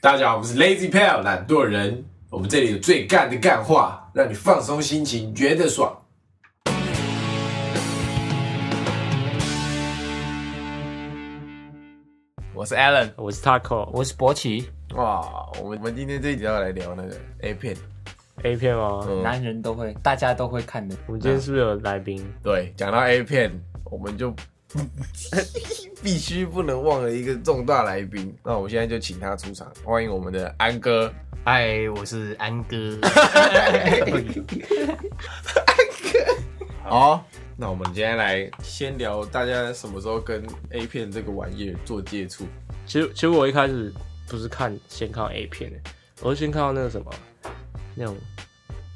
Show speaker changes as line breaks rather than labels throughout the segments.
大家好，我们是 Lazy Pal 懒惰人，我们这里有最干的干话，让你放松心情，觉得爽。
我是 Alan。
我是 Taco，
我是博奇，
哇，我们我们今天这一集要来聊那个 A 片，
A 片吗？
嗯
男人都会，大家都会看的。
我们今天是不是有来宾？
对，讲到 A 片，我们就必须不能忘了一个重大来宾。那我们现在就请他出场，欢迎我们的安哥。
嗨，我是安哥。
好，那我们今天来先聊大家什么时候跟 A 片这个玩意儿做接触。
其实其实我一开始不是看先看 A 片的，我是先看到那个什么那种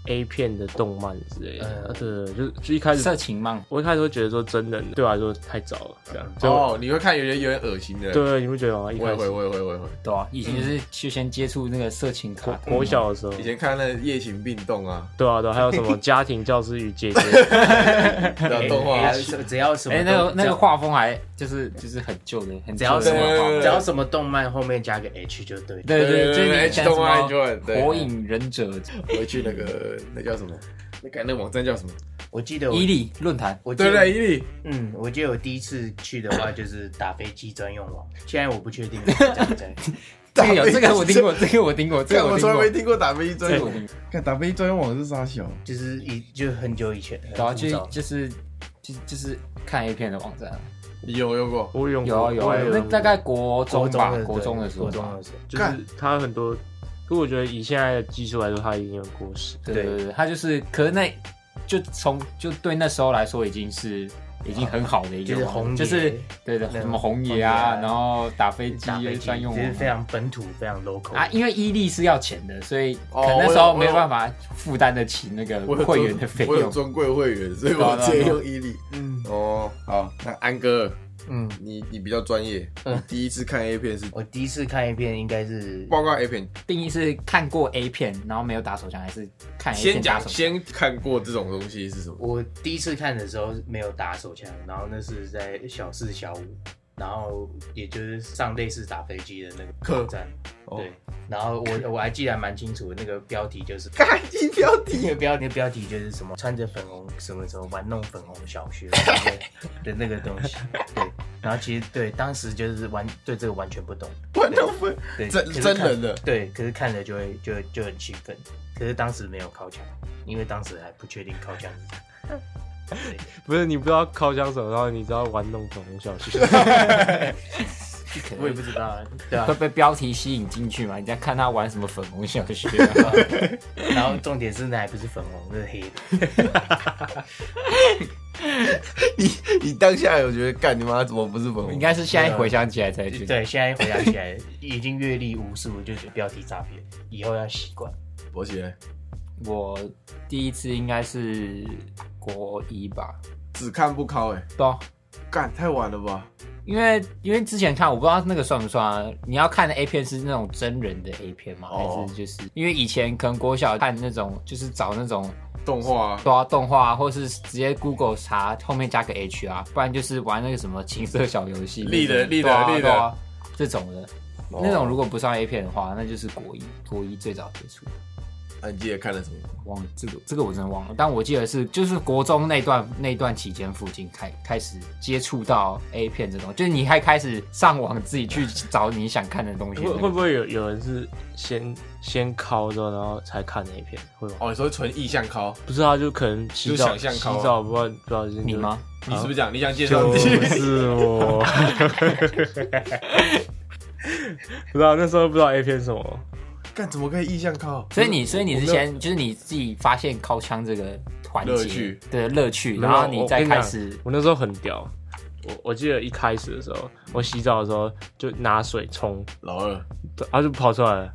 A 片的动漫之类的，啊对，对对就就一开
色
始
情漫，
我一开始会觉得说真人对我来说太早了，这样，所以我
哦，你会看有点有点恶心的。，
对，你不觉得吗？一
我也
开
会，
始
我也会，我也会。
对啊，以前就是就先接触那个色情卡通，
国小的时候
以，前看那《夜行病动》 啊，
对啊对啊，还有什么家庭教师与姐姐，
的动画。
哎只只要什么
哎，
动，
那个那
只
个
要
画风还就是就是很旧的，很
只
旧
要什
的
么
画风
只要什么动漫后面加个 H 就对。
对对，就是你
，H
像
动漫
什
就很
么火影忍者、
回去那个那叫什么？那个那网站叫什么？
我记得我
伊，利论坛，
我记
对
得
对，伊利。
嗯，我记得我第一次去的话就是打飞机专用网，现在我不确定有没有讲 真。
这个有这个我听过，这个我听过，这
看
个
我
我
从
听
来
过
没。听过打飞机专
这
用
个我
网
听。过，
看打飞机专用网是啥小？
就是一就很久以前，很
然后
古
啊就
早
就是就就是看 A 片的网站啊，
你有用过？
我用
有啊
过
有啊，
我也
那
用
大概
过
国
国
中
中
吧
的，
国中的时候
国中
吧
的，时候，
就是它很多，可我觉得以现在的技术来说，它已经有过时。
对对对，他就是，可是那就从就对那时候来说，已经是已经很好的一个
就是
网
红
站
爷
就是对的，
那
什么红爷啊，
红爷啊
然后打飞
打飞
机
机
专用
这是非
网
常本土、非常 local
啊，因为伊利是要钱的，所以可
哦
能那时
我有
候
我
没
有
办法负担得起那个
我有
会员的费
我有
用。
尊贵会员，所以
对
我
啊对啊
直接用伊利。
嗯
哦，好，那安哥，
嗯，
你你比较专业，你第一次看 A 片是
我第一次看一遍应该是
报告 A 片，
定义是看过 A 片，然后没有打手枪，还是看 A
先
片打
讲
手枪？
先看过这种东西是什 么？
我第一次看的时候没有打手枪，然后那是在小四小五，然后也就是上类似打飞机的那个网站，
哦
对，然后 我我还记得还蛮清楚，那个标题就是。
看一标
那
题
个标题标题就是什么穿着粉红什么什么玩弄粉红小学对的那个东 西，对，然后其实对当时就是完对这个完全不懂，
万到分，
对，
真
可是
真
看
人的
对，可是看了就会就会就很兴奋，可是当时没有靠墙，因为当时还不确定靠墙是啥。对
不是你不知道靠枪手，然后你知道玩弄粉红小 学，
我也不知道啊，对
会
啊。
被标题吸引进去嘛？人家看他玩什么粉红小学、啊，
然后重点是那还不是粉红，是黑的。
你你当下有觉得干你妈怎么不是粉
应
红？
该是现在回想起来才觉得。
对，现在回想起来已经阅历无数，就是标题诈骗，以后要习惯。
博起来，
我第一次应该是国一吧，
只看不考哎，
对啊、
干太晚了吧？
因为因为之前看我不知道那个算不算啊？你要看的 A 片是那种真人的 A 片吗？
哦
还是就是因为以前可能国小看那种就是找那种
动画啊
对啊动画啊，或是直接 Google 查后面加个 H 啊，不然就是玩那个什么情色小游戏，
立的立的
对啊
立的哦
对啊这种的。那种如果不算 A 片的话，那就是国一国一最早接触。
那你记得看了什么？
忘了这个，这个我真的忘了，但我记得是就是国中那段那段期间附近开开始接触到 A 片这种，就是你还开始上网自己去找你想看的东西
会。会不会有有人是先先敲之后，然后才看那一片？会吗？
哦，你说纯意向考，
不是啊，就可能洗
就
澡
想象
洗
敲啊
澡不知道不知道是
你吗？？
你是不是讲你想介绍
就
自己？
是我， 不知道那时候不知道 A 片什么，
干怎么可以意向靠？
所以你所以你
我没
是
有
先就是你自己发现靠枪这个环
乐
节
趣
的乐趣，
没有
然后你再
我跟
开
讲
始
我那时候很屌。我我记得一开始的时候，我洗澡的时候就拿水冲，
老二
然后就跑出来了，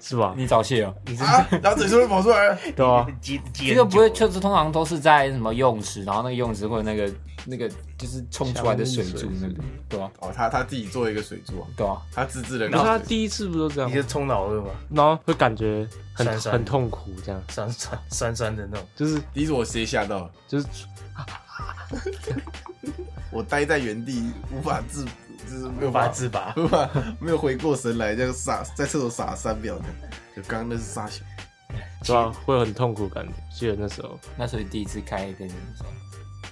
是吧？
你早泄哦。
你是
啊，然后嘴唇跑出来了，
对啊，
记记
这
很
个不会，
久了
就是通常都是在什么游泳池，然后那个游泳池会有那个那个就是冲出来的水柱那个，对啊
哦，他他自己做一个水柱啊，
对啊，
他自制的
可是他
高水，
第一次不都这样
你
吗
就？冲老二嘛，
然后会感觉很
酸酸
很痛苦，这样
酸酸 酸酸的那种。
就是
第一次我直接吓到了，
就是
我待在原地无法自，就是没有
无法自拔。
无法 没有回过神来，这样傻在厕所傻了三秒的，就刚刚那是傻小。
对啊，会有很痛苦感觉。记得那时候
那所以第一次开 A 片是什么时候？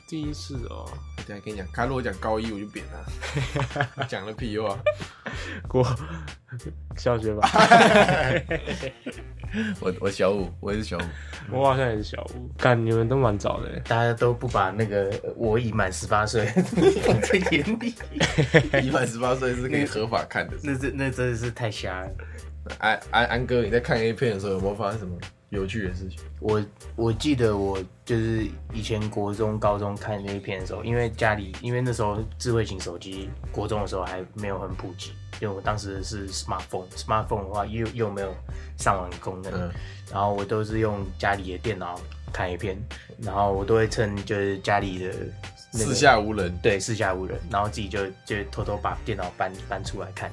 第一次哦，
我等一下跟你讲，他如果讲高一我就扁他， 讲了屁话。
过 小学吧，
我我小五，我也是小五，
我好像也是小五。干，你们都蛮早的。
大家都不把那个呃我已满十八岁 放在眼里，
一满十八岁是可以合法看的。
那真那真的是太瞎了。
安安安哥，你在看 A 片的时候有没有发生什么有趣的事情？
我我记得我就是以前国中、高中看那一片的时候，因为家里因为那时候智慧型手机，国中的时候还没有很普及，因为我当时是 smartphone，smartphone 的话又又没有上网功能，
嗯
然后我都是用家里的电脑看一片，然后我都会趁就是家里的、那个
四下无人，
对，四下无人，然后自己就就偷偷把电脑搬搬出来看，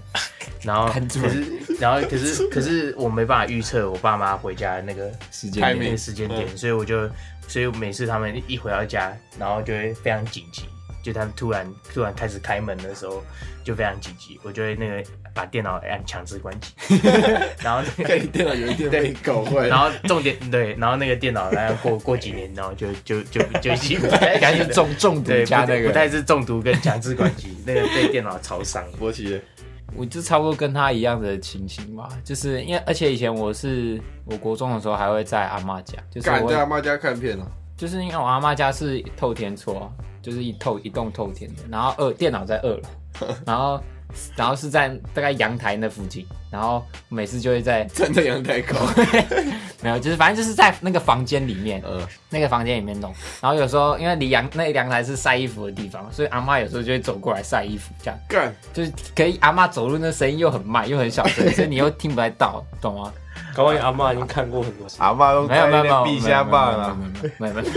然后
搬出
可
来
是然后可是可是我没办法预测我爸妈回家的那个
时
开
间
明
点
那个时间点，所以我就所以每次他们一回到家，然后就会非常紧急，就他们突然突然开始开门的时候就非常紧急，我就会那个把电脑按强制关机，然后那个
看你电脑有一天被搞 坏，
然后重点对，然后那个电脑，然后过过几年，然后就就就就已经不太
感觉是中中毒
对，
加
不
那
不
个，
太是中毒跟强制关机，那个被电脑潮伤。
勃起了，
我就差不多跟他一样的情形吧，就是因为而且以前我是我国中的时候还会在阿妈家，就是
敢
我
在阿妈家看片哦 了，
就是因为我阿妈家是透天厝啊，就是一透一栋透天的，然后二电脑在二楼，然后然后是在大概阳台那附近，然后每次就会在
站在阳 台搞，
没有，就是反正就是在那个房间里面，
嗯，
那个房间里面弄。然后有时候因为离阳那阳台是晒衣服的地方，所以阿妈有时候就会走过来晒衣服，这样
干，
就是可以阿妈走路那声音又很慢又很小声，所以你又听不太到，懂吗？
搞完阿妈已经看过很多次，
阿妈都
没有没有没有，
闭下棒
了
了，，
没有没有，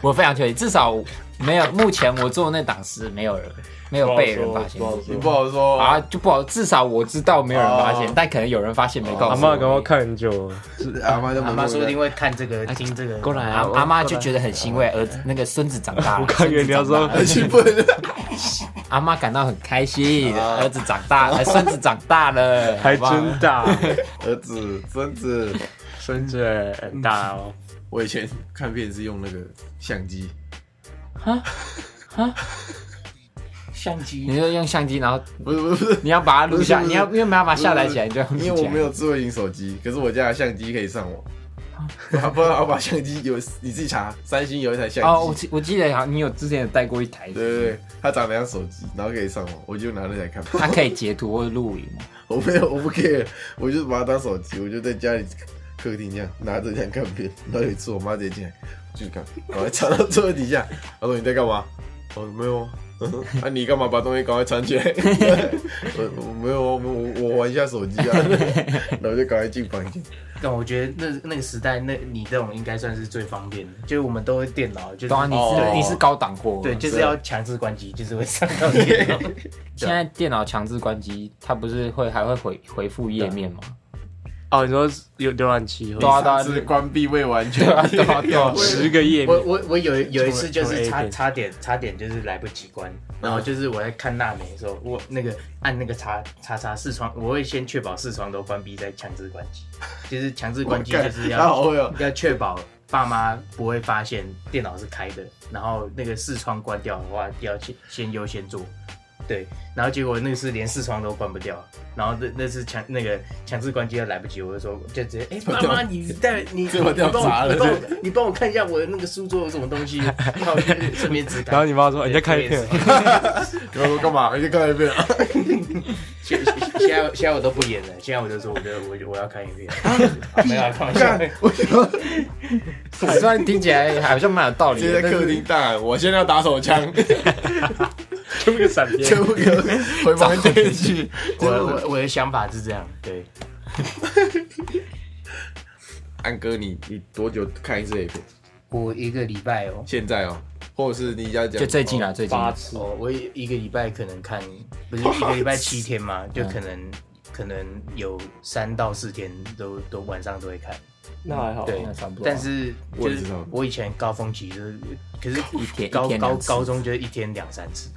我非常确定，至少没有，目前我做那档事没有人没有被人发现
不好说
你不好说
啊，，就不好，至少我知道没有人发现
哦，
但可能有人发现没告
阿
诉
妈赶快
我。
看很久了，
是阿妈在
阿妈 说不定会看这个听这个，啊
过来
阿阿妈就觉得很欣慰，儿子那个孙子长大了。我
看原料说
很兴奋，
阿妈感到很开心，儿子长大，呃孙子长大了，
还
好不好
真大，
儿子孙子，
孙子很大哦。
我以前看片是用那个相机，
相
你
机
就用相机，然后
不是不是不是。
你要把它录下，
不是不是
你要因为没有把它下载起来，你就要录起
因
来
为我没 有智慧型手机，可是我家的相机可以上网。啊，不然我把相机有你自己查，三星有一台相
哦，我
机，
记我记得好像你有之前有带过一台，
对对对，它长得像手机，然后可以上网，我就拿那台看。
它可以截图或者录影嘛。
我没有，我不 care，我就是把它当手机，我就在家里客厅这样拿着这样看片。然后有一次我妈直接进来，就是看，赶快藏到桌子底下。她说你在干嘛？我说没有啊。嗯哼啊，你干嘛把东西赶快藏起来？我我没有啊，我我我玩一下手机啊，然后就赶快进房间。
但我觉得那那个时代，那你这种应该算是最方便的，就是我们都会电脑，就是
当啊然你
哦
是你是高档货，
对，就是要强制关机，就是会上到电脑。
现在电脑强制关机，它不是会还会回回复页面吗？
哦，你说有浏览器，
对啊
上次关闭未完全，
对啊对啊，
十个页
我
面，
我我有有一次就
从 A
是差
片
差点差点就是来不及关，然后就是我在看娜美的时候，我那个按那个叉叉叉视窗，我会先确保视窗都关闭再强制关机，就是强制关机
干
就是
他好
要
会哦，
要确保爸妈不会发现电脑是开的，然后那个视窗关掉的话要先先优先做。对，然后结果那个是连视窗都关不掉，然后那那是强那个强制关机又来不及，我就说就直接哎、妈妈你 带你
这么
你
掉
帮
闸了
我你帮我你帮我看一下我的那个书桌有什么东西，然后我就顺便指导。
然后你妈说哎
对
你在看一片
顺，便
你们说干嘛？你就看一遍，
指 导现现现在现在我都不演了，现在我就说我就我就我要看一 遍，啊没有啊开玩笑
干，我就
虽然听起来好像蛮有道理
直接
的，
在
但
客
是
厅大喊：“我现在要打手枪，
出个闪电
全，部给我回房间去。
我我我的想法是这样，对，”
安哥，你你多久看一次 A 片？
我一个礼拜哦，
现在哦，或者是你要讲
就最近啊，最近
八次，
哦，我一一个礼拜可能看，不是一个礼拜七天嘛，就可能可能有三到四天都都晚上都会看。
那还好，
对
那差不多啊
但是就
我也
是
知道
我以前高峰期就是，可是
一天
高
一天
高
两次
高中就是一天两三次，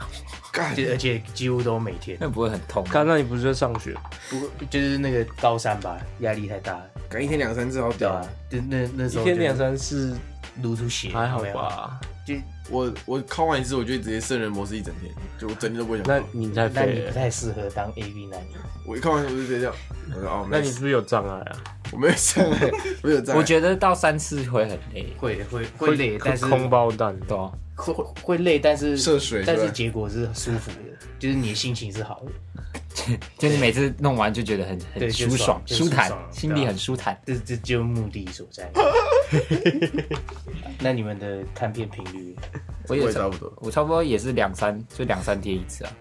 干
就而且几乎都每天，
那不会很痛吗？
刚那你不是在上学？
不就是那个高三吧，压力太大了，
干一天两三次，好
对
屌
吧
啊！？
就那那时
一
候
天两三次
撸出血，
还好
有没有？
吧？
就
我我靠完一次，我就直接圣人模式一整天，就我整天都不会想
那
靠。
你太
那你
废
不
了，
太适合当 AV 男优。
我一看完我就直接这样，我说哦，
那
没
你
事
是不是有障碍啊？
我没有上来，我有在。
我觉得到三次会很累，
会会会累，但是
空包蛋，
对啊，
会会累，但是
涉水
但
是
是
吧
结果是舒服的，就是你的心情是好 的，
就是每次弄完就觉得很
对
很
就
舒爽
爽、就
舒坦
舒爽，
心
对
里
啊
很舒坦。
这这就是目的所 在。那你们的看片频率，
我
我
也
也差不多，
我差不多也是两三，就两三天一次啊。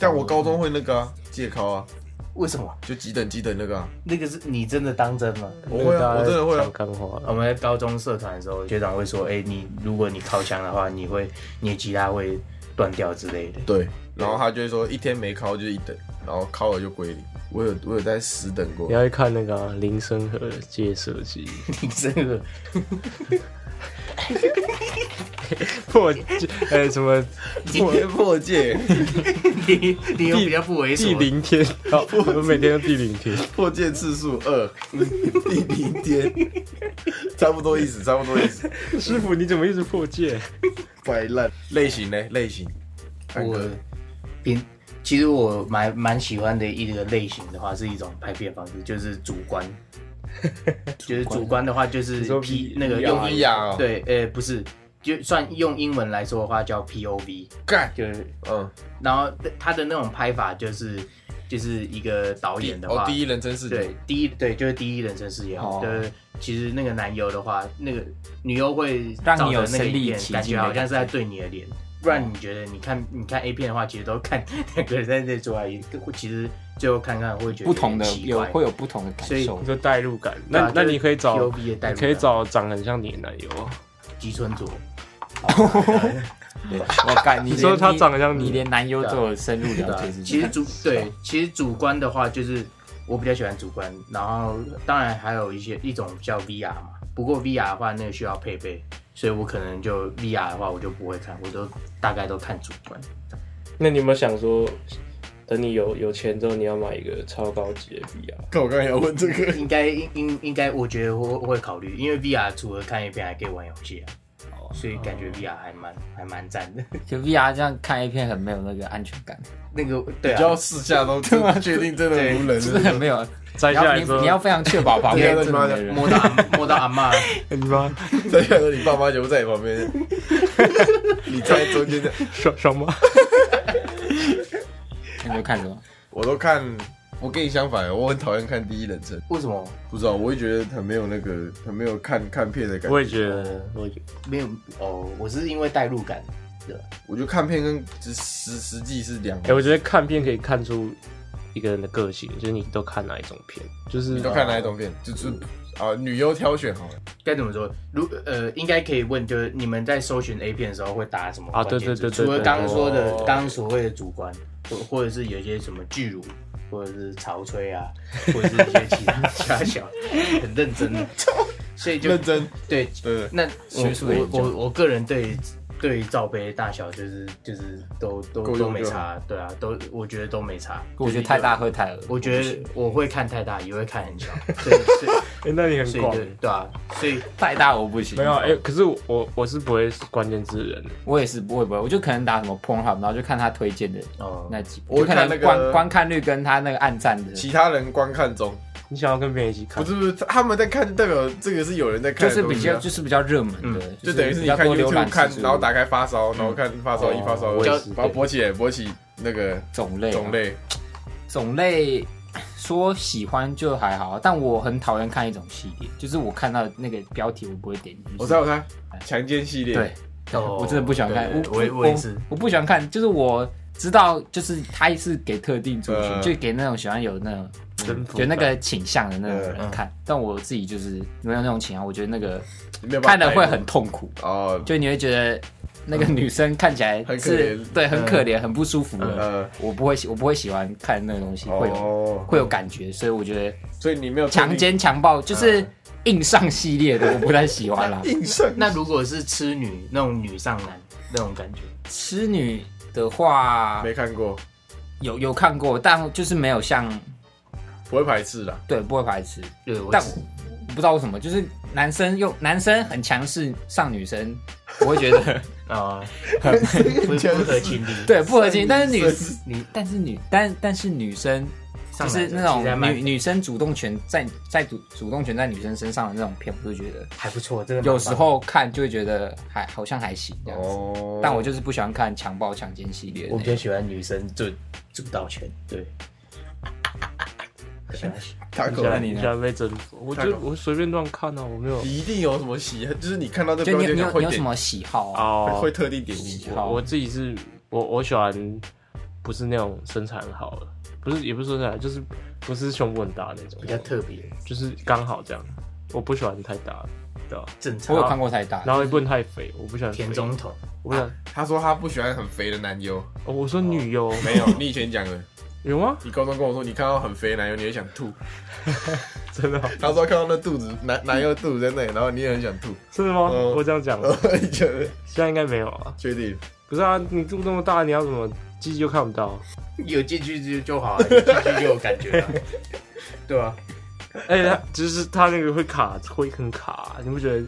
但我高中会那个啊，借考啊，
为什么？
就几等几等那个啊，
那个是你真的当真吗？
我会啊，我真的会啊
讲。干话了。
我们在高中社团的时候，学长会说：“哎、你如果你靠枪的话，你会你的吉他会断掉之类的。
对，然后他就会说一天没考就是一等，然后考了就归零。我有我有在十等过
你，要去看那个啊林森和的戒 色机，”
你这个
破呃 什么破
破戒，
你你有比较不猥
第
琐，
零 天，哦我每天都第零天，
破戒次数二，第零天，差不多意思，差不多意思。
师傅你怎么一直破戒？
摆烂类型呢？类型，安
我
哥
偏，其实我蛮蛮喜欢的一个类型的话，是一种拍片方式，就是主观，就是主观的话就是
说
P
V-
那个
VR
用
吗
一样啊，
对，呃，不是，就算用英文来说的话叫 POV，
干，
就是
嗯，
然后他的那种拍法就是就是一个导演的
哦，
话，
第一人称视角，
对，第一对就是第一人称视角，
哦
就是其实那个男优的话，那个女优会
让你有
照着那个
身临
脸
其
感
境
觉
的
好像
感
是在对你的脸，不然你觉得你看你看 A 片的话，其实都看 两个人在那做爱，其实最后看看会觉得
不同的
有点奇
有
怪
会有不同的感
所以
受
你。说代入感，
对啊
那那
就是
你可以找
POV 的代入
可以
感
找长很像你的男友啊。
吉村佐，
对我感你
你说
连
他长得像你
你连男优都有深入
对
了
啊
解自己。
其 实主对，其实主观的话就是我比较喜欢主观，然后当然还有一些一种叫 VR 嘛，不过 VR 的话那个需要配备，所以我可能就 VR 的话我就不会看，我都大概都看主观。
那你有没有想说，等你有有钱之后，你要买一个超高级的 VR？
看我刚才要问这个，
应该应应应该，我觉得我我会考虑，因为 VR 除了看一遍，还可以玩游戏啊，所以感觉 VR 还蛮还蛮赞的。
就 VR 这样看 A 片很没有那个安全感，
那个对
只要
啊，
试下都确定真的无人
是不是很
了。
没有？
摘
你
下
要
来
你
之后，
你要非常确保旁边
对啊
这么
对
的
啊
人。
摸到阿摸到阿妈，
你妈
再看啊到你爸妈就不在你旁边，你在中间的，
爽爽吗？
你就看什么？
我都看。我跟你相反，我很讨厌看第一人称，
为什么
不知道，我会觉得很没有那个，很没有看看片的感
我
觉。
也觉得，我也觉得
没有？哦，我是因为代入感，
我觉得看片跟实实实际是两回
哎、
事。
我觉得看片可以看出一个人的个性，就是你都看哪一种片，就是
你都看哪一种片？就是
嗯
啊，女优挑选好了。
该怎么说？如呃，应该可以问，就是你们在搜寻 A 片的时候会打什么
啊
关键
对对
字
对对
除了
对
刚刚说的
哦，
刚刚所谓的主观，或或者是有一些什么巨乳，或者是潮吹啊，或者是一些其他其他小，很认真的，所以就
认真，
对。
对对，
那
学术
我
研究
我我我个人对对罩杯大小就是就是都
够
都
用
都没
就好
差，对啊，都我觉得都没差。
我觉
就是一
得
个
太大，会太恶。
我觉得我会看太大，也会看很小，所以所以
哎、那你很
所以
广
就。对啊，所以
太大我不行。
没有哎、可是我我我是不会关键字的人，欸
我也是不会不会，我就可能打什么 Pornhub，然后就看他推荐的
哦
那几，
我
我
会
可
看
能
那个
观观看率跟他那个暗赞的，
其他人观看中，
你想要跟别人一起看
不，是不是，他们在看，代表这个是有人在
就
看的
是
东
比
西
较
啊，
就是比较热门的，
就是等于是
比
你
较
看
多浏
YouTube
览
看
次，数
然后打开发烧，然后
嗯
看发烧一、
哦
发烧
我
二
也是，
然后勃起来勃起那个
种类啊
种类，
种类说喜欢就还好，但我很讨厌看一种系列，就是我看到那个标题我不会点进去。
我猜我猜，强奸系列，
对，
哦
我真的不喜欢看，
对
我
我也我也是
我不喜欢看，就是我知道就是他是给特定族群，
呃
就给那种喜欢有那种嗯
征服
有那个倾向的那种
嗯
人看，但我自己就是没有那种倾向，我觉得那个
没有办法
看了
带入
会很痛苦，
哦，
就你会觉得那个女生看起来
很可
是
怜
对很可怜、很不舒服的，
呃，
我不会喜我不会喜欢看那个东西，会有
哦，
会有感觉，所以我觉得
所以你没有特
强
定
奸强
嗯
暴就是硬上系列的，我不太喜欢啦。
硬上
那如果是痴女那种女上男那种感觉，
痴女的话
没看过，
有有看过，但就是没有像
不会排斥啦。
对不会排斥，
对，我
但
只
我不知道为什么，就是男生用男生很强势上女生，我会觉 得
啊， 不
很
不合情理。
对不合情，但是女
你
但是女但但是女生
上
就是那
来其实还
种
蛮
女女生主动权在在主主动权在女生身上的那种片，我就觉得
还不错，真的蛮棒
有时候看就会觉得还好像还行这样子。
哦，
但我就是不喜欢看强暴强奸系列的
我
那
比
种。
较喜欢女生主主导权，对。喜欢
打狗，
你现在被征服，我
太
就
恐怖
我随便乱看啊，我没有
你一定有什么喜，就是你看到这
就
标
你
签
你有
会
你有什
点
么喜好啊？
会
哦
会。特地点进去。
好
我我自己是我我喜欢不是那种身材很好的，不是也不是身材，就是不是胸部很大那种
比，较特别
就是刚好这样。我不喜欢太大
啊
的，对吧、
正
我
常，
有看过太大，
然后也不能太肥，我不喜欢肥
田中头
我不想、
他说他不喜欢很肥的男优，
哦我说女优、
没 有，你以前讲的，
有吗？
你高中跟我说你看到很肥的男优你会想吐，
真的哦
他说看到那肚子男男优肚子在那里，然后你也很想吐，
真的吗？
嗯
呃
我这样讲，
然后你觉得
现在应该没有啊。
确定？
不是啊，你肚那么大，你要怎么鸡就看不到？
有进去就就好 了，有进去就有感觉了，对啊，
哎、
呃
他就是他那个会卡，会很卡，你不觉得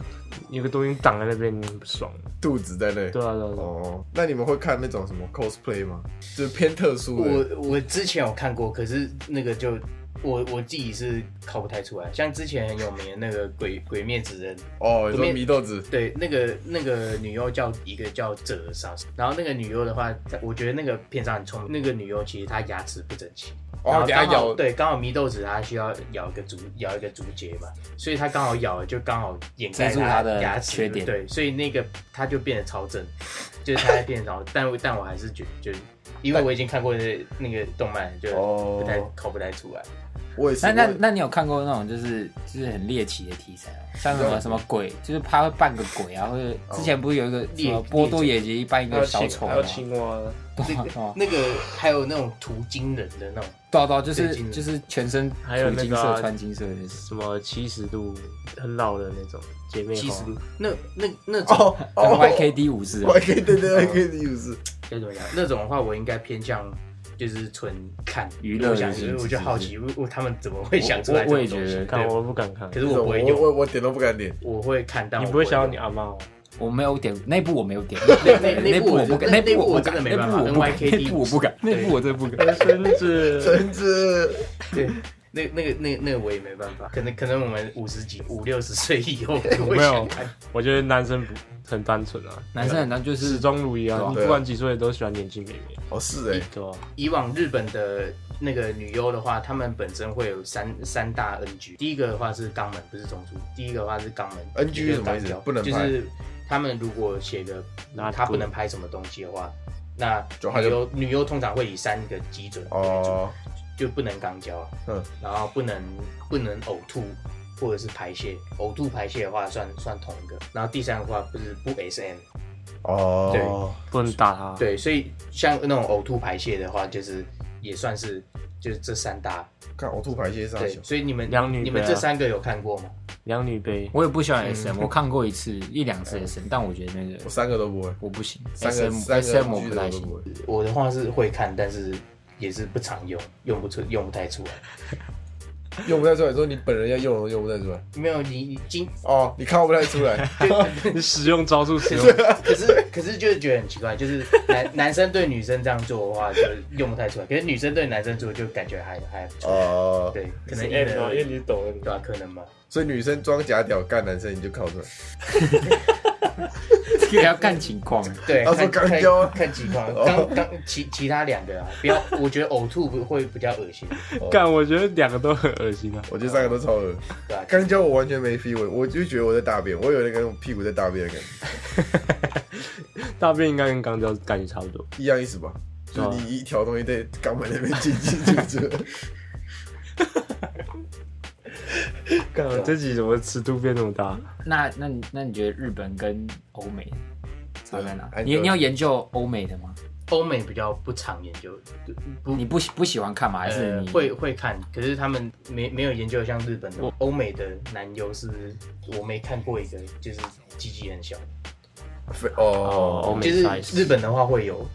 有个东西挡在那边，你很不爽？
肚子在那里
对。啊，对啊，对啊
哦，那你们会看那种什么 cosplay 吗？就是偏特殊的。
我我之前有看过，可是那个就我我自己是考不太出来。像之前很有名的那个鬼《鬼灭之刃》，
哦，你
我
说
面
米豆子
对，那个那个女优叫一个叫泽莎，然后那个女优的话，我觉得那个片商很聪明。那个女优其实她牙齿不整齐，
哦
然后
给她
刚好
咬
对，刚好祢豆子她需要咬一个竹咬一个竹节嘛，所以她刚好咬了就刚好掩盖
遮住她的
牙齿
缺点
对，所以那个她就变得超正， 就是她变得超，但我但我还是觉得，就因为我已经看过那那个动漫，就
哦
不太考不太出来。
我也是。
那那
我也
那你有看过那种就是就是很猎奇的题材吗？像什么什么鬼，就是他会扮个鬼啊，或者之前不是有一个什么波多野结衣扮一
还有
个小啊
青
丑
还
吗？
有 青蛙的，
对
那
啊
个那个还有那种途经人的那种，
对啊对啊，就是
最近
就是全身
还有
涂
那
金
个
色
啊
穿金色的那种，
什么七十度很老的那种姐妹
其
花
实，那那 那种
哦
跟
哦
YKD 五十啊，
Y K 对对 Y K D 五是
该怎么讲？那种的话，我应该偏向就是纯看
娱乐
我想
的性质
我就好奇，我我他们怎么会想出来
我我
这
也
种东
觉
西
得？
看
对
我不敢看
可。是
我
我不会
我
用，
我点都不敢点。
我会看，但
你
我
不会想要
用
你阿妈哦？
我没有点那部我没有点，
那那
部我不敢，
那那
部
部
我
我
不
真的
敢，
没
那
办
部
法
我不敢，
跟 YKD
那部我不敢，那部我真的不敢。
孙 子，
橙子，
对，那那个那那个我也没办法，可能可能我们五十几、五六十岁以后
我
会
没有
想看。，
我觉得男生不很单纯啊，
男生很难就
始
是
终如一啊
对啊，
你不管几岁都喜欢年轻妹妹，
哦是哎，
对吧？啊
以往日本的那个女优的话，她们本身会有三三大 NG。第一个的话是肛门，不是中出。第一个的话是肛门
NG
就是
什么意思
肛交
不能拍
就是他们如果写的
那
她不能拍什么东西的话，那
就她就
女优女优通常会以三个基准为主，
哦，
就不能肛交，啊
嗯，
然后不能不能呕吐。或者是排泄，呕吐排泄的话算算同一个，然后第三个话不是不 SM，
哦，
不能打他。
对，所以像那种呕吐排泄的话，就是也算是就是这三大
看呕吐排泄上
对
小，，
所以你们
两女
你们
对啊
这三个有看过吗？
两女杯，
我也不喜
嗯
欢 SM，我看过一次一两次 SM，但我觉得那个
我三个都不会，
我不行
三个
，SM
三个
SM 我
NG
不
的
太
我都
行
不。会。
我的话是会看，但是也是不常用，用不出，用不太出来。
用不太出来，说你本人要用都用不太出来。
没有你你经，
哦，你看不太出来，
你 使用招数使用，
可是可是就是觉得很奇怪，就是男 男生对女生这样做的话，就用不太出来；可是女生对男生做，就感觉还还不错。
哦，
对，可能
是
因为
M 啊，因为
对
你懂了。
吧？可能吧。
所以女生装假屌干男生你就看不出来。
也 要看情况。
对，
他说
看
肛交啊
看看情况，
哦
刚刚其其他两个啊，不要，我觉得呕吐不会比较恶心，
干，我觉得两个都很恶心啊。
我觉得三个都超恶。
对吧？
刚教我完全没 feel，我我就觉得我在大便，我有那个屁股在大便的感觉，
大便应该跟肛交感觉差不多。
一样意思吧？就
哦
是你一条东西在肛门那边进进出出。
干，我这集怎么尺度变那么大？
那那你那你觉得日本跟欧美差在哪
对？
你你要研究欧美的吗？
欧美比较不常研究，不
你不喜不喜欢看吗？还是
呃
你
会会看，可是他们没没有研究像日本的欧美的男优是，我没看过一个就是鸡鸡很小的，
非
哦
哦，
欧美
就是
size
日本的话会有，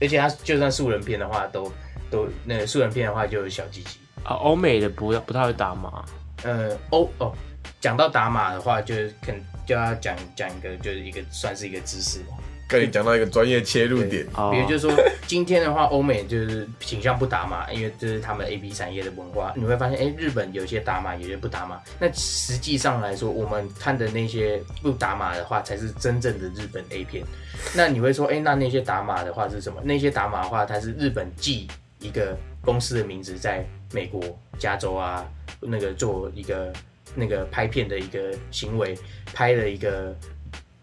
而且他就算素人片的话都都那个素人片的话就有小鸡鸡，
啊，欧美的不不太会打码，
呃欧哦，讲到打码的话，就是肯就要讲讲一个就是一个算是一个知识吧，
跟你讲到一个专业切入点，
哦
比如就是说，今天的话，欧美就是倾向不打码，因为这是他们 A B 产业的文化。你会发现，哎、日本有些打码，有些不打码。那实际上来说，我们看的那些不打码的话，才是真正的日本 A 片。那你会说，哎、那那些打码的话是什么？那些打码的话，它是日本记一个公司的名字，在美国加州啊，那个做一个那个拍片的一个行为，拍了一个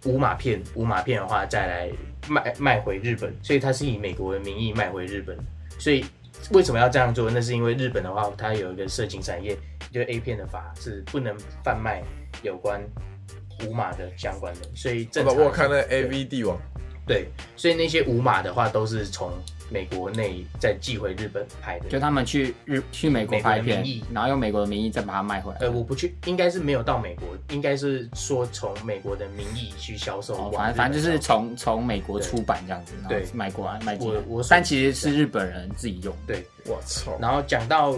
五马片，五马片的话再来卖卖回日本，所以它是以美国的名义卖回日本。所以为什么要这样做？那是因为日本的话，它有一个色情产业，就是 A 片的法是不能贩卖有关五马的相关的，所以
我
正
把
常
我有看那 A V 帝王，
对，所以那些五马的话都是从美国内再寄回日本拍的。
就他们去日去美国拍
美国
片
的名义，
然后用美国的名义再把它卖回来？
呃，我不去，应该是没有到美国，应该是说从美国的名义去销售
哦
往日本销售。
反正反正就是从从美国出版这样子，然
对
后卖过来卖进来
我我所
但其实是日本人自己用的。
对。
我操，
然后讲到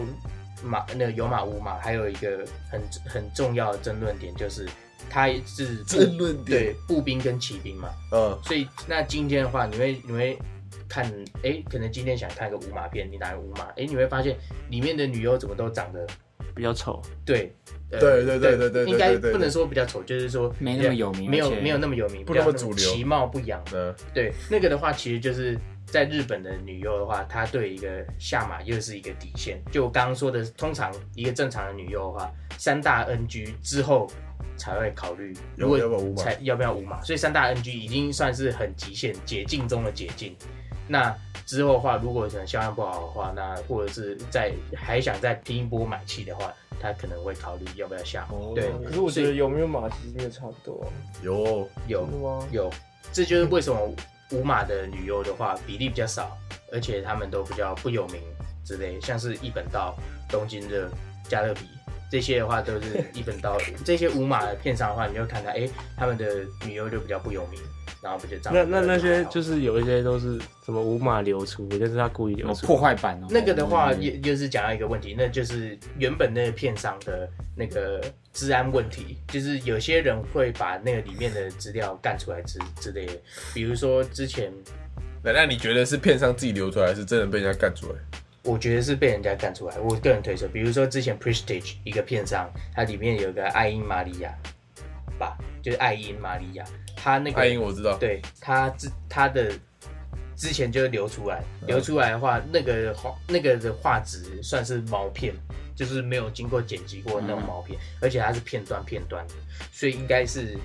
马那个有马无马，还有一个很很重要的争论点就是，它是步
争论点
对步兵跟骑兵嘛，
嗯，
所以那今天的话，你会你会看，哎，可能今天想看个五马片，你打个五马，哎，你会发现里面的女优怎么都长得
比较丑，
对。呃
对对对对对对
应该
对对
不能说比较丑，就是说
没那么有名
没有
而且
没有那么有名，
不那么
比较
主流
其貌不扬。
那
对，那个的话，其实就是在日本的女优的话，她对一个下马又是一个底线。就我刚刚说的，通常一个正常的女优的话，三大 NG 之后才会考虑，
要
如果
要不要五码
才要不要五码。所以三大 NG 已经算是很极限解禁中的解禁。那之后的话，如果可能销量不好的话，那或者是在还想再拼一波买气的话，她可能会考虑要不要下马。对，
可是我觉得有没有码其实没有差不多，
有哦
有
吗？
有，这就是为什么五马的女优的话比例比较少，而且他们都比较不有名之类，像是一本道、东京热、加勒比这些的话，都是一本道这些五马的片商的话，你就看他，哎、他们的女优就比较不有名，然后不就长
那
得
那
比较
那些
好
就是有一些都是什么无码流出，就是他故意流
有
出
破坏版哦，
那个的话，
嗯
也就是讲到一个问题，那就是原本那个片商的那个治安问题，就是有些人会把那个里面的资料干出来之之类的，比如说之前
那那你觉得是片商自己流出来，还是真的被人家干出来？
我觉得是被人家干出来。我个人推测，比如说之前 Prestige 一个片商，它里面有个爱因玛利亚吧，就是爱因玛利亚，他那个
爱因我知道，
对他之他的之前就流出来，
嗯
流出来的话，那个画那个的画质算是毛片，就是没有经过剪辑过那
嗯
种毛片，而且它是片段片段的，所以应该是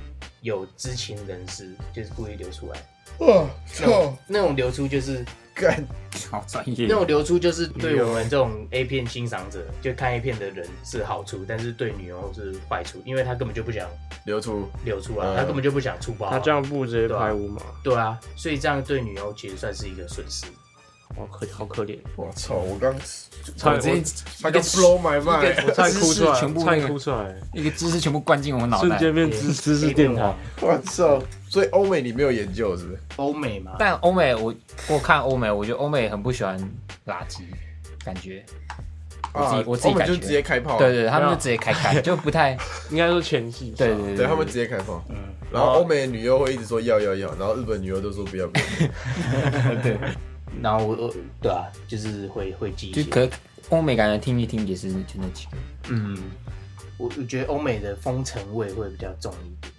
有知情人士就是故意流出来。
哇
那种，那种流出就是
干
好专业
那。种流出就是对我们这种 A 片欣赏者，就看 A 片的人是好处，但是对女优是坏处，因为他根本就不想
流出，
流出啊，
嗯
他根本就不想出包啊、
他这样不直接拍无码，
对啊，所以这样对女优其实算是一个损失。
好可好可怜，
我操，我刚
差
我直
点
接
他刚 blow my mind，
我差点哭出来，
全部
差
那
点哭
个
出来，
一个知识全部灌进我脑
瞬
袋。
间变知知识电台，
我操，所以欧美你没有研究是不是？
欧美嘛，
但欧美我我看欧美，我觉得欧美很不喜欢垃圾，感觉我自己我自己
欧美
感
啊就
觉
直接开炮，啊
对对，他
没
们就
有
直接开开，就 不太
应该说前戏，
对对对
对他们直
对
接
嗯
开炮，然后欧美的女优会一直说要要要，然后日本女优都说不
啊
要不要，
然后我我对啊，就是会会记一
就
些。
可欧美感觉听一听也是就那几个。
嗯，我我觉得欧美的风尘味会比较重一点。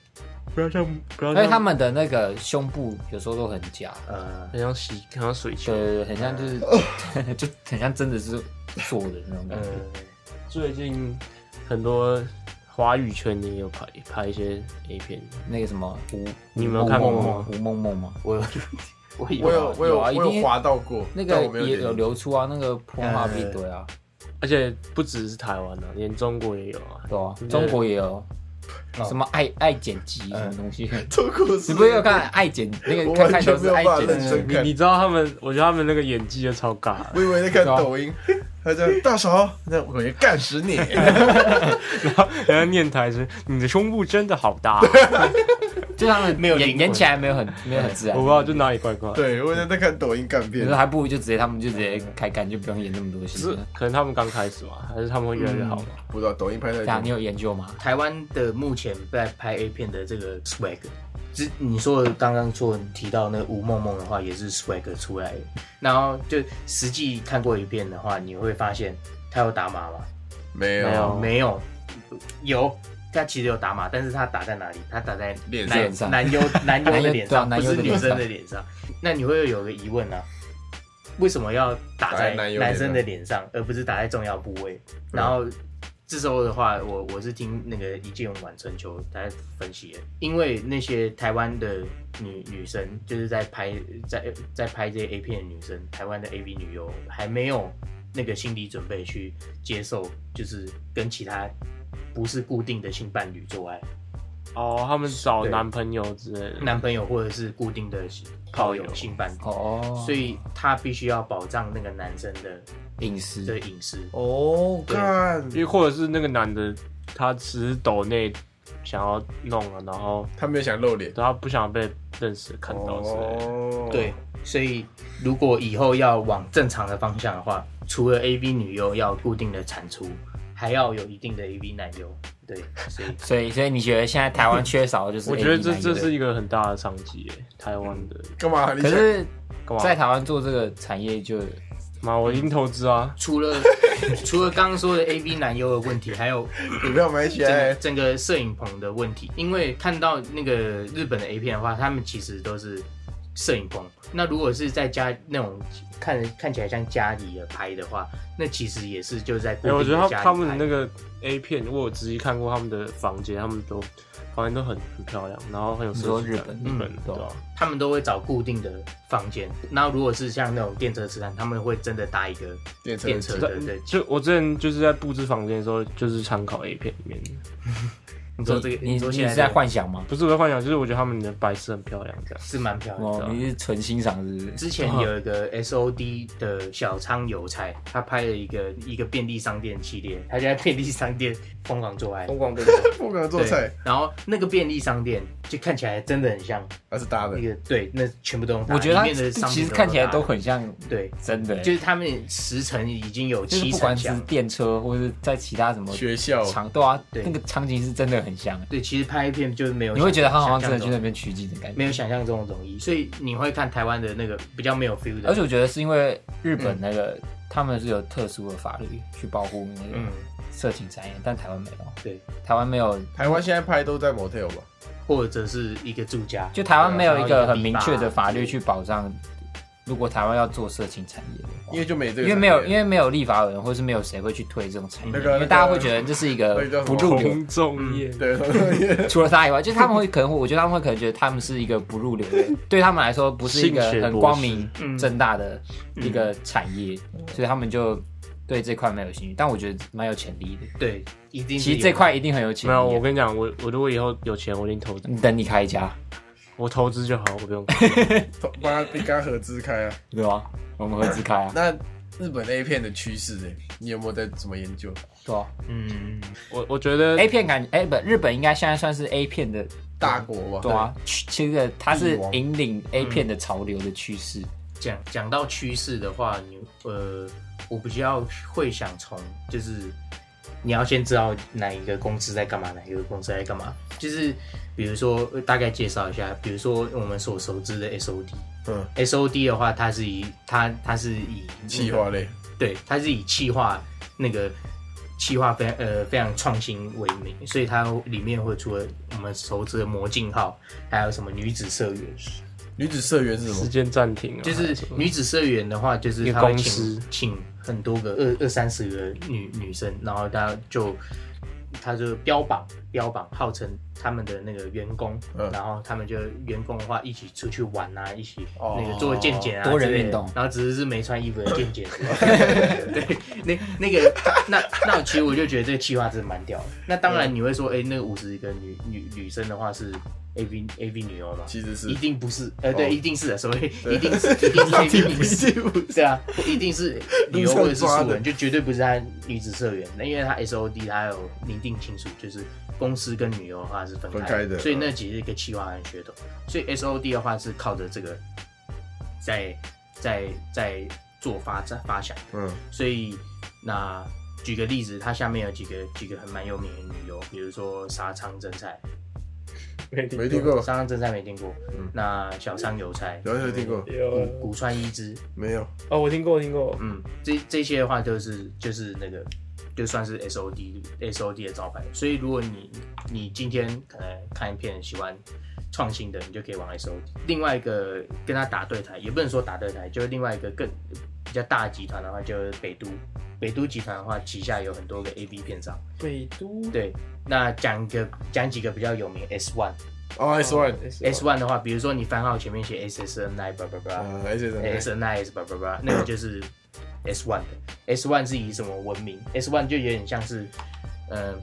不要像不要
而且
像
他们的那个胸部有时候都很假，
呃，
很像洗，很像水球
对。对对，很 像就是就很像真的是做的那种感
嗯
觉。
呃，
最近很多华语圈也有拍拍一些 A 片，
那个什么吴，
你有没有看过
吴梦
吗
梦？吴梦梦吗？
我有 我有
我有我有
有啊
我
一定
有滑到过，
那
但
个
我没有
也
点
有
进去
流出啊，那
嗯
个破马
呃
一堆啊，
而且不只是台湾啊，连中国也有啊。
对啊，
对
中国也有，
嗯
哦
什么爱爱剪辑什
嗯
么东西。
这故事
你不是有看爱剪那个
我
看看
完
球
全没
是
有
爱
办法
剪
认
辑？
真
你
看
你，知道他们，我觉得他们那个演技就超 尬的，
我以为在看
知道
抖音，他叫大嫂，那我也干死 你。
然后然后念台词：“你的胸部真的好 大。”啊
就他们
没有灵
演
魂
演起来没有很没有很自然
我不。知道就哪里怪怪，
对，我以为在看抖音干
比如
片
说，还不如就直接他们就直接开干，就不用演那么多戏
只。是可能他们刚开始嘛，还是他们会越来越好嘛？
不知道抖音拍
这样
太
你
多。
有研究吗？
台湾的目前在拍 A 片的这个 swag，之你说的刚刚说提到那个吴梦梦的话，也是 swag 出来的。然后就实际看过一遍的话，你会发现他有打码吗？
没有
没有哦
没有，有。他其实有打码，但是他打在哪里？他打在
脸
男
脸上
男优男优的脸 上，
男
不
优
是
对啊男优的
女
脸上
生的脸上。那你会有个疑问啊，为什么要打
打
在
在男优
男生的脸上，嗯而不是打在重要部位？然后这时候的话，我我是听那个一见晚春秋他在分析的，因为那些台湾的女女生就是在拍在在拍这些 A 片的女生，台湾的 AV 女优还没有那个心理准备去接受，就是跟其他不是固定的性伴侣做爱，
哦，他们找
对
男朋友之类的，
男朋友或者是固定的炮友
炮友
性伴侣。
哦，
所以他必须要保障那个男生的
饮
的
食
隐私，
哦，干，
因为或者是那个男的他只是抖内想要弄了，然后
他没有想露脸。
他不想被认识看到之类的。
哦，
对，，所以如果以后要往正常的方向的话，除了 A B 女优要固定的产出，还要有一定的 A B 男优。对， 所以
所以所以你觉得现在台湾缺少的就是
我觉得这
AV
这
男
是
优
一个很大的商机耶，台湾的
干嘛？你
可
想
是
干嘛？
在台湾做这个产业就
妈，我已经投资啊，
除了除了刚刚说的 A B 男优的问题，还 有
股票买起
整个
来，
整个摄影棚的问题，因为看到那个日本的 A 片的话，他们其实都是摄影棚。那如果是在家那种看看起来像家里的拍的话，那其实也是就在固
哎，我
定
觉
的
得
家
他
里
他们
拍
那个 A 片，我有仔细看过他们的房间，他们都房间都很很漂亮，然后很有
你
设
说
计
日
感。
本
日
嗯
本
对
对吧？啊
他们都会找固定的房间。那如果是像那种电车痴汉，他们会真的搭一个
电车
电车的对，
就我之前就是在布置房间的时候，就是参考 A 片里面的，
你说这个，
你
说
你
现
是在
在这个
幻想吗？
不是我在幻想，就是我觉得他们的白色很漂亮，这样。
是蛮漂亮的。
哦，你是纯欣赏是不是？
之前有一个 S O D 的小仓邮差，他拍了一个一个便利商店系列，他就在便利商店疯狂 做爱，
光对
不敢做菜
对，然后那个便利商店就看起来真的很像
还是搭的
那。个对，那全部都用它
我觉得
里
它
面的商品
其实看起来
搭
都很像
对，
真的欸，
就是他们十层已经有
就是
七
不
层
管是
像。
电车或是在其他什么
哦学校
场，对啊，
对
那个场景是真的很像欸，
对，其实拍片就是没有想，
你会觉得他好像
想
真的
象
去
中
那边取景的感觉
没。有想象中的容易，所以你会看台湾的那个比较没有 feel 的，
而且我觉得是因为日本那个、他们是有特殊的法律去保护那
嗯
个，色情产业，但台湾没有。
对，
台湾没有，
台湾现在拍都在 motel 吧？
哦
或者是一个住家，
就台湾没有一个
然后
很
一个
明确的法律去
地
保障。如果台湾要做色情产业的话，
因为就没这个，
因为没有，因
为
为没有立法委员，或是没有谁会去推这种产业，
那个
因为大家会觉得这是一
那个叫什么
个不 入流。嗯
空中夜，
对，
除了 他以外，就是他们会可能会，我觉得他们会可能觉得他们是一个不入流的， 对他们来说不是一个
性学
很
博士
光明
嗯
正大的一个
嗯
产业，所以他们就对这块没有兴趣。但我觉得蛮有潜力
啊
的，
对，一定是
其实
有
这块一定很有潜
没
力啊。
有，我跟你讲，我我如果以后有钱，我一定投资，
你等你开一家，
我投资就好，我不用。
帮他跟他合资开啊。，
对吧？我们合资开啊
那日本 A 片的趋势呢？你有没有在怎么研究？
对吧
嗯，
我我觉得
？A 片感觉，哎，不，日本应该现在算是 A 片的，
大国
对
吧？
啊，其实它是
帝王
引领 A 片的潮流的趋势。
讲讲到趋势的话，你呃，我比较会想从就是你要先知道哪一个公司在干嘛，哪一个公司在干嘛，就是比如说呃大概介绍一下，比如说我们所熟知的 SOD。
嗯
SOD 的话，它是以它它是以那个
企划类，
对，它是以企划那个企划非呃非常创新为名，所以它里面会除了我们熟知的魔镜号，还有什么女子社员，
女子社员是什
时
么？
间暂停啊，
就是女子社员的话，就是
一个
他会
公
请
司
请很多个二二三十个女女生，然后她就他就标榜标榜号称他们的那个员工，
嗯
然后他们就员工的话一起出去玩啊，一起
哦
那个做健检啊之类的，
多人运动
然后只是是没穿衣服的 健检。 对，那那个那那其实我就觉得这个计划真的蛮屌的。那当然你会说，哎、那个五十个女女女生的话是 A V A V 女优吗？
其实是
一定不是，呃，对，
哦
一定是的，所谓 一定是，一定是 A V 女优。对啊，一定是旅游或者是素人，就绝对不是他女子社员，那因为他 SOD 他有明定清楚，就是公司跟旅游的话是分开
分开的
所以那其实一个企划和噱头。所以 SOD 的话是靠着这个在在在做发展发想，
嗯，
所以那举个例子，它下面有几个几个很蛮有名的旅游，比如说沙仓真菜，
没听过，
沙仓真菜没听过，
哦嗯
那小仓油菜，
有有听过，
古
有啊
古川一之，
没有？
哦，我听过，我听过。
呃嗯，这这些的话就是就是那个就算是 SOD SOD 的招牌，所以如果你你今天可能看一片喜欢创新的，你就可以往 SOD。另外一个跟他打对台，也不能说打对台，就是另外一个更比较大的集团的话，就是北都。北都集团的话，旗下有很多个 A B 片商。
北都
对，那讲一个讲几个比较有名 S One
哦，S One，
S One 的话，比如说你番号前面写 S S N I 叭叭叭，
嗯，S
S
One，
N I S 叭叭叭，那个就是 S One 的。S One 是以什么闻名？S One 就有点像是，呃，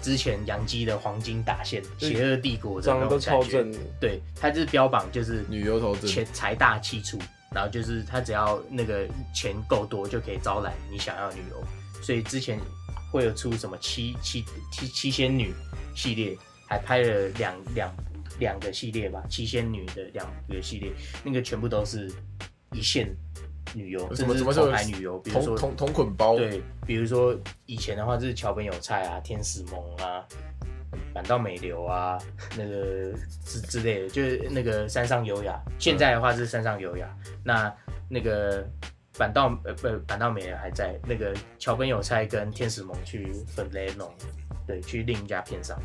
之前杨基的黄金打线，
对
邪恶帝国的
长
那
得都
种
超
感觉
正。的，
对，它就是标榜就是
女优投资
钱，财大气粗，然后就是他只要那个钱够多，就可以招揽你想要的女友。所以之前会有出什么七七七七仙女系列，还拍了两两两个系列吧，七仙女的两个系列，那个全部都是一线女优，
什
甚
么什
至是
么
头牌女优，比如
同
说
同同捆包，
对，比如说以前的话就是桥本有菜啊、天使萌啊、板道美流啊，那个之之类的，就是那个山上优雅。现在的话是山上优雅，那那个板道呃不板道美人还在，那个桥本有菜跟天使萌去分类弄，对，去另一家片商。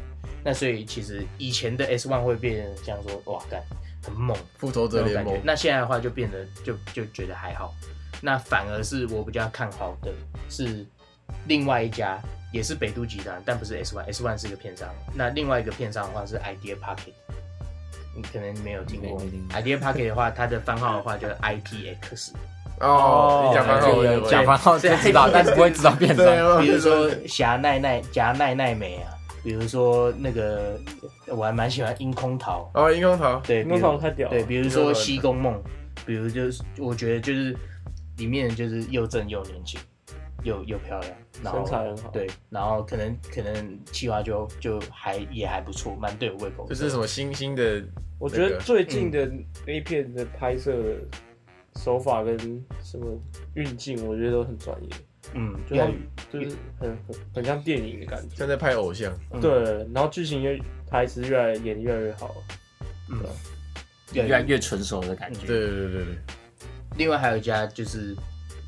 那所以其实以前的 S One 会变成这样说，哇干，很猛，
复仇者
这种
联
感觉
盟。，
那现在的话就变得就就觉得还好，那反而是我比较看好的是另外一家，也是北都集团，但不是 S One，S One 是一个片商。那另外一个片商的话是 Idea Pocket，你可能没有听过
没没听过
Idea Pocket 的话，它的番号的话就是 IPX，
哦，你讲蛮好
对
的，
对
讲番号就 知道，但是不会知道变
对
成。
哦，
比如说霞奈奈、夹奈奈美啊，比如说那个我还蛮喜欢樱空桃，
哦，荧光桃，
对，
你们
比如
太屌了
对，。比如说《西宫梦》，比如就是我觉得就是里面就是又正又年轻，又又漂亮，然后
身材很好
对，然后可能可能企划就就还也还不错，蛮对我胃口的。
这是什么新兴的？
我觉得最近的 A 片的拍摄手法跟什么运镜，我觉得都很专业，
嗯，
就
越来
是
越
就是很很很像电影的感觉。
像在拍偶像，
嗯
对，然后剧情越台词越来演得越来越好。
嗯
越来越成熟的感觉，
对对对对对，
另外还有一家就是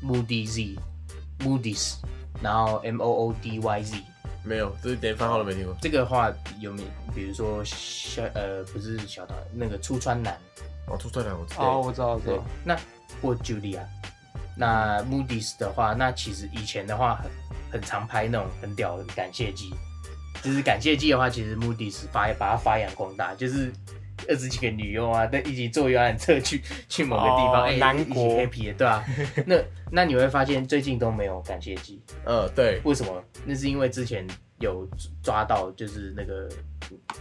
Moody Z，Moody's，然后 M O O D Y Z。
没有，这是连番号都没听过。
这个的话有没有？比如说小呃，不是小岛那个出川男，
哦，出川男我知道，
哦，我知道，我知
对
道，，
那或 Julia，那 Moody's 的话，那其实以前的话很很常拍那种很屌的感谢祭，就是感谢祭的话，其实 Moody's 发把它发扬光大，就是二十几个女优啊，但一起坐游览车去 去某个地方，
哦
哎、
南
一起
国
happy 的，对啊。那那你会发现最近都没有感谢祭，
嗯，对，
为什么？那是因为之前有抓到，就是那个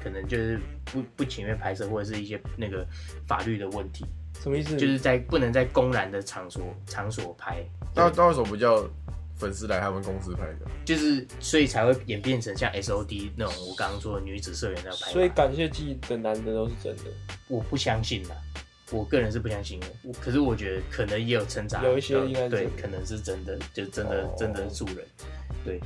可能就是不不情愿拍摄，或者是一些那个法律的问题。
什么意思？
就是在不能在公然的场所场所拍，
那那为什么不叫粉丝来他们公司拍的？
就是所以才会演变成像 S O D 那种我刚刚说的女子社员那样拍法。
所以感谢季的男的都是真的，
我不相信啦，我个人是不相信的。我可是我觉得可能也有挣扎，
有一些
呃
应该是
对
真，的
可能是真的，就真的、
哦
真的素人，对。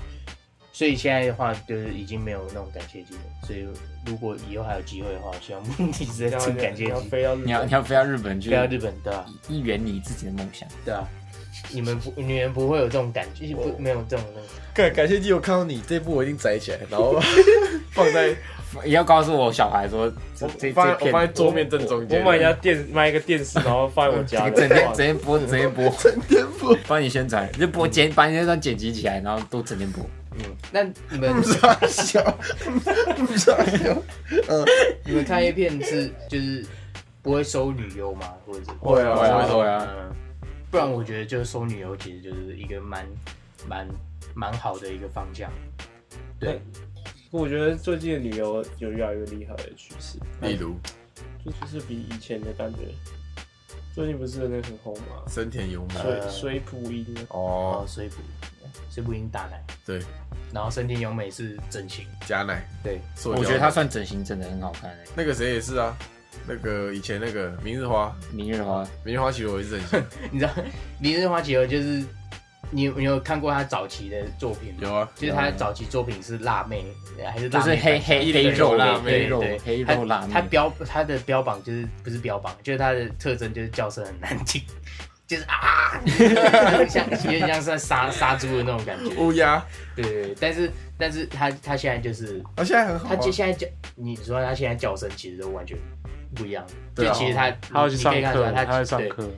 所以现在的话，就是已经没有那种感谢祭了。所以如果以后还有机会的话，希望目的是在
要
出感谢
要
祭，
飞到日
你要
本
你，要飞到日本去
不，要日本对吧、
一圆你自己的梦想。
对啊，你们不你们不会有这种感觉，不没有这种那个。
感感谢基友看到你这部我一定摘起来，然 后放在
也要告诉我小孩说，这这
放
这
在我放在
片
桌面正中
我
间。
买一家电买一个电视，然后放在我家的。
整天
哇
整天播，整天播，整天播，帮你宣传，就播剪，把你那段剪辑起来，然后都整天播。
嗯，那你们
不傻笑，不傻 笑，嗯，
你们看 A 片是就是不会收女优吗？或者是
会啊
我也
会
会
啊
说呀，
嗯，不然我觉得就是收女优其实就是一个蛮蛮蛮好的一个方向。
我觉得最近的旅游有越来越厉害的趋势，
例如
就就是比以前的感觉。最近不是那个很红吗？
森田由美
呃
水水普音啊，
哦
哦，，水补水补英大奶，
对，
然后森田由美是整形，
加奶，
对，
塑胶
我觉得他算整形整的很好看诶、
那个谁也是啊，那个以前那个明日花，
明日花，
明日花其实我一直很喜欢，
你知道明日花企鹅就是你有你有看过她早期的作品吗？
有啊，
就是她早期作品是辣妹，还是
就
辣妹
是黑
版
黑
对
黑肉
辣妹
黑
对
肉
对
黑
她
肉辣
她
妹，
标她的标榜就是不是标榜，就是她的特征就是叫声很难听，就是啊，像有点像是在杀杀猪的那种感觉。
乌鸦，
对对对，但是但是她她现在就是
他现在很好啊
他，接现在叫你说他现在叫声其实都完全不一样，
对啊
就其实他
他要去
你
上
你可以看出
课，
来他
他会上
对
课，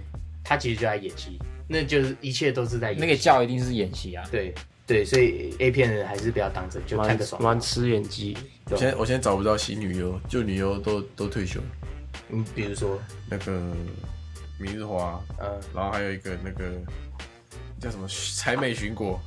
他其实就在演戏，那就是一切都是在演戏
那个叫一定是演戏啊。
对对，所以 A 片人还是不要当真，就看
蛮
个爽。
蛮吃演技。
我现在我现在找不到新女优，旧女优都都退休了，
嗯，比如说，
那个明日花，
嗯，
然后还有一个那个叫什么采美寻果，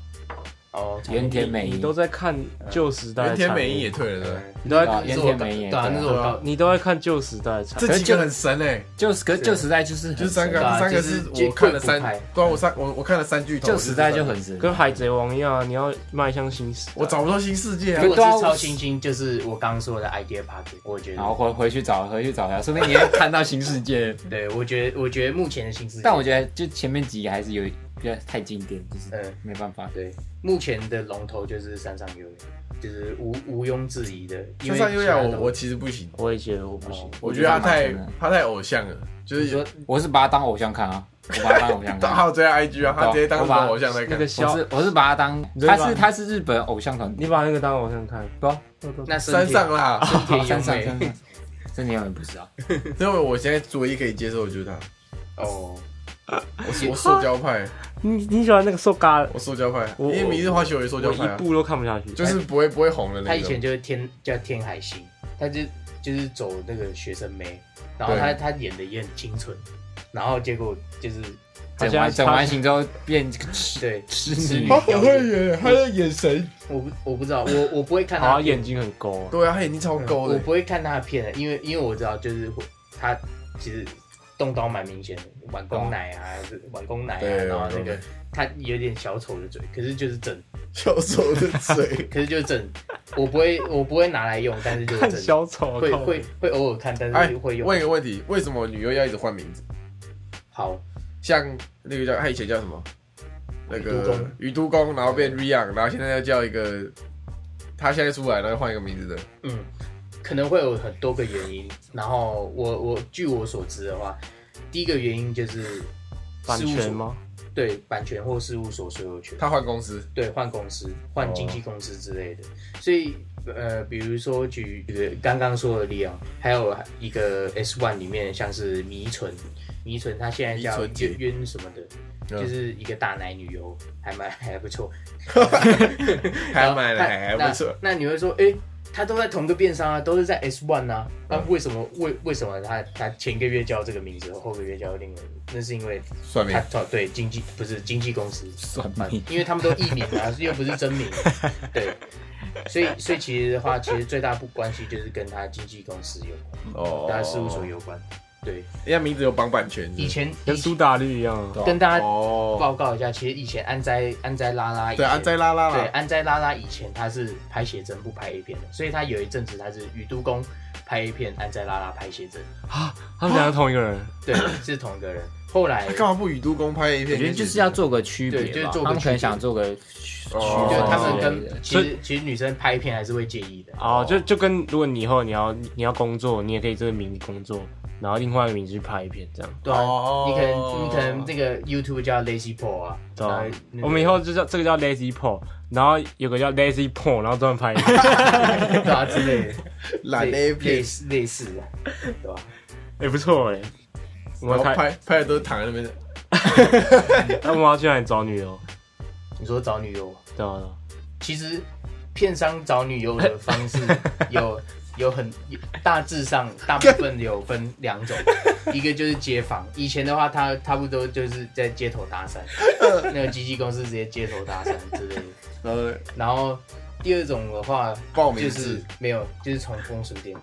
哦，
原田美
你
衣
都在看
呃
旧时代
原
的产业，
田美衣也退了，对不对
嗯
你都在
啊
看，
原田美也
对啊，那是我
对啊
高，
你都在看旧时代的产业。
这几个很神哎、
就是可是旧时代就是很
就是三个，
对
这
啊
三个
就是
是
就
我看了
贵妇派
三，对啊，我三我我看了三巨头，
旧
我是
时代
三
就很神，
跟海贼王一样啊，你要迈向新时代。
我找不到新世界啊
如，果
对啊
哎是
我
超新星，就是我刚刚说的 idea party，我觉
然后
得，
回回去找回去找他，说不定你会看到新世界。
对我觉得，我觉得目前的新世界，
但我觉得就前面几个还是有比较太经典，就是
嗯
没办法。
对目前的龙头就是山上优雅，就是无无庸置疑的。因
山
为
上优雅
其他
我
都
我其实不行，
我也觉得我不
哦
行。
我觉得他太
我觉得蛮神的
他太偶像了，就是
你说
有
我是把他当偶像看啊，我把他当偶 像
他
看。
有追他 IG 啊，他直接当
我把
成偶像在
那
看
个，
我
肖，
是我是把他当，
你
他
说吧
是他是日本偶像团体，
你把那个当偶像看。
不，
那森
山
田
上啦，
田
山上
优
山
美
上，真的有人不啊知道。
因为我现在唯一可以接受的就是他，
哦，
我是我塑胶 派，
你你喜欢那个瘦嘎的？
我塑胶派，因
我
为明日花学也塑胶
我
派
一
啊，
部都看不下去。
就是不会不会红的
他
那
以前
种，
就是天叫天海星，他就就是走那个学生妹，然后他他演的也很清纯，然后结果就是
整
他
完
现在
整完型之后变
对，
痴
痴
女
女，
他很 会演，他的眼神，
我不我不知道，我我不会看
好
他
像眼睛很勾啊。
对啊，他眼睛超高
嗯我
的，
不会看他的片的，因为因为我知道就是他其实动刀蛮明显的，碗
哦
公奶啊，碗公奶啊，
对
然后那
碗公奶
个他有点小丑的嘴，可是就是正，，
小丑的嘴
可是就是正，我不会我不会拿来用，但是就是
看
正。
小丑，啊
会
靠
会会偶尔看，但
哎
是，会用。
问一个问题，为什么女优要一直换名字？
好，
像那个叫他以前叫什么？那
于都
个
公
于都公，然后变 Rian，然后现在要叫一个，他现在出来，然后换一个名字的。
嗯，可能会有很多个原因。然后我我据我所知的话，第一个原因就是
版
事务所
权？吗？
对，版权或事务所所有权。
他换公 司，
对，换公司、换经
哦
纪公司之类的。所以呃，比如说举举刚刚说的 Leon，还有一个 S One 里面像是迷纯，迷纯她现在
迷
叫
纯姐
渊渊什么的。
嗯
就是一个大奶女优，还蛮还不错，
还买了，还
那
还不错。
那你会说，哎、他都在同个电商啊，都是在 S One 啊，
嗯
那为什么为为什么他他前个月叫这个名字，后个月叫另外一个？那是因为
算命
他他哦对经纪不是经纪公司，
算命，
因为他们都艺名啊，又不是 真名，对。所以，所以其实的话，其实最大不关系就是跟他经纪公司有关，
哦
跟他事务所，有关。对，
人家名字有绑版权。
以前
嗯
以
跟苏打绿一样啊。
跟大家
哦，
报告一下，其实以前安斋安斋拉拉以前
对，安在拉拉
对，
啦，
安斋拉拉以前他是拍写真不拍 A 片的，所以他有一阵子他是宇都宫拍 A 片，安斋拉拉拍写真，
他们两个同一个人，
对，是同一个人。后来
他干嘛不与都公拍 A
我
片？
觉得就是要做个区别
对就是
吧，
做个
他们可能
区别
想做个区
哦
区
就是
分
他
之
们
类
跟、
的
其实其实女生拍片还是会介意的，
哦，就就跟如果你以后你要你要工作，你也可以这个名字工作，然后另外一个名字去拍一片这样。
对啊，
哦
你可能你可能这个 YouTube 叫 Lazy Paul 啊，
对啊
然后
嗯
那个
我们以后就叫这个叫 Lazy Paul，然后有个叫 Lazy Paul，然后专门拍一片。
对啊之 类的，
懒
类
A
类
片，
似类似的，对吧？
也、不错哎、我
然后
们要
拍
开，
拍的都躺在那边。
那我们要去哪里找女友？
你说找女友，
对啊，对啊
其实片商找女友的方式 有有很大致上大部分有分 两种，一个就是街访，以前的话他差不多就是在街头搭讪，
呃
那个经纪公司直接街头搭讪之类的。
然后呢
然后第二种的话，
报名
就
制
是没有，就是从风俗店。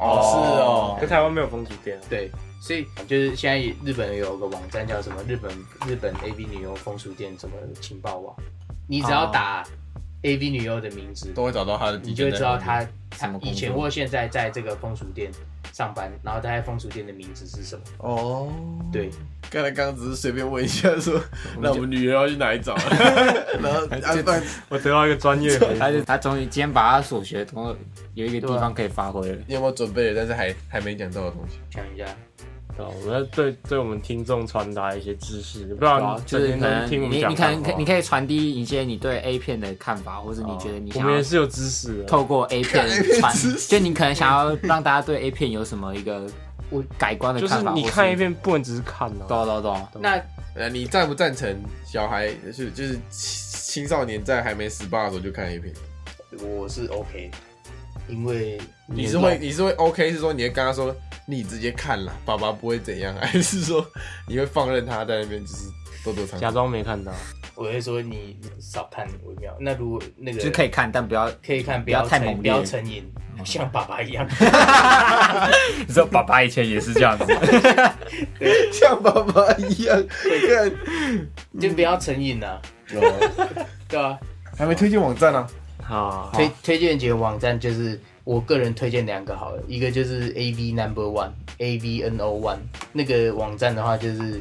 哦
可台湾没有风俗店啊，
对，所以就是现在日本有个网站叫什么日本日本 A V 女优风俗店什么情报网，你只要
哦
打 A V 女优的名字，
都会找到他的，
你就会知道他
什
他
么工作
以前或现在在这个风俗店上班，然后他在风俗店的名字是什么？
哦。
对，
刚才刚刚只是随便问一下说，那我们女人要去哪里找？啊 然后安放
我得到一个专业回
他就他终于今天把他所学的东西有一个地
啊
方可以发挥了。
你有没有准备了？但是还还没讲到的东西。
想一下，
对啊，我要对对我们听众传达一些知识，不
对啊
然
就
整
是
天
可
都
能
听我们
你
讲
你可
干话。
能可你可以传递一些你对 A 片的看法，或者你觉得你
啊哦我
想
们
要
也是有啊知识的，
透过 A 片传，就你可能想要让大家对 A 片有什么一个我改观的
就是
看法，
你
或是啊
看一， 遍不能只是看哦、
懂懂懂，
懂
那
呃，你赞不赞成小孩就是就是青青少年在还没十八的时候就看 A 片？
我是 OK，因为
你是会你是会 OK 是说你会跟他说你直接看啦，爸爸不会怎样，啊 还是说你会放任他在那边就是躲躲藏
假
藏？
装没看到，
我会说你少看为妙。那如果那个
就是可以看，但 不要
可以看，
不
不
要
要
太
成
猛
不要
烈嗯
成瘾，像爸爸 一样。
你知道，爸爸以前也是这 样子，
像爸爸一样看？
就不要成瘾了、啊，
哦
对啊。
还没推荐网站啊？
好，
推推荐几个网站，就是我个人推荐两个好了，一个就是 A V Number One A V N O One 那个网站的话，就是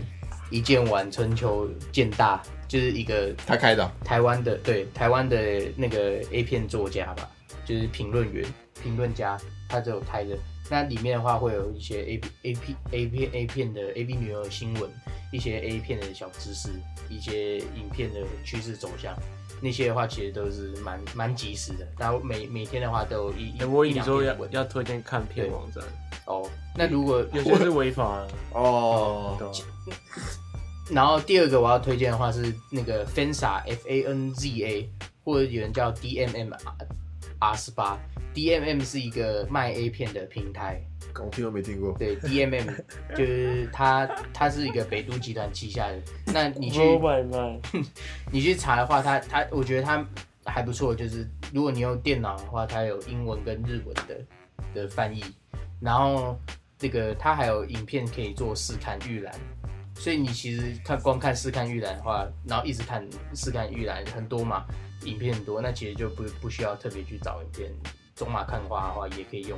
一键玩春秋建大，就是一个
他开的啊
台湾的对台湾的那个 A 片作家吧，就是评论员、评论家，他只有开的。那里面的话会有一些 A P A P A 片 A 片的 A B 女友的新闻，一些 A 片的小知识，一些影片的趋势走向，那些的话其实都是蛮蛮及时的。然后每每天的话都有一一
欸、我以
一
为
两
你说
篇
要
的文
要推荐看片网站，
哦。那如果
有些是违法的，
哦，
对啊
然后第二个我要推荐的话是那个 Fanza F A N Z A，或者有人叫 D M M R 十八。D M M 是一个卖 A 片的平台，
我听都没听过。
对 D M M 就是它，它是一个北都集团旗下的。那你去
我买卖，
你去查的话，它它我觉得它还不错，就是如果你用电脑的话，它有英文跟日文的的翻译，然后那个它还有影片可以做试看预览，所以你其实看光看试看预览的话，然后一直看试看预览很多嘛，影片很多，那其实就不不需要特别去找影片，走马看花的话也可以用。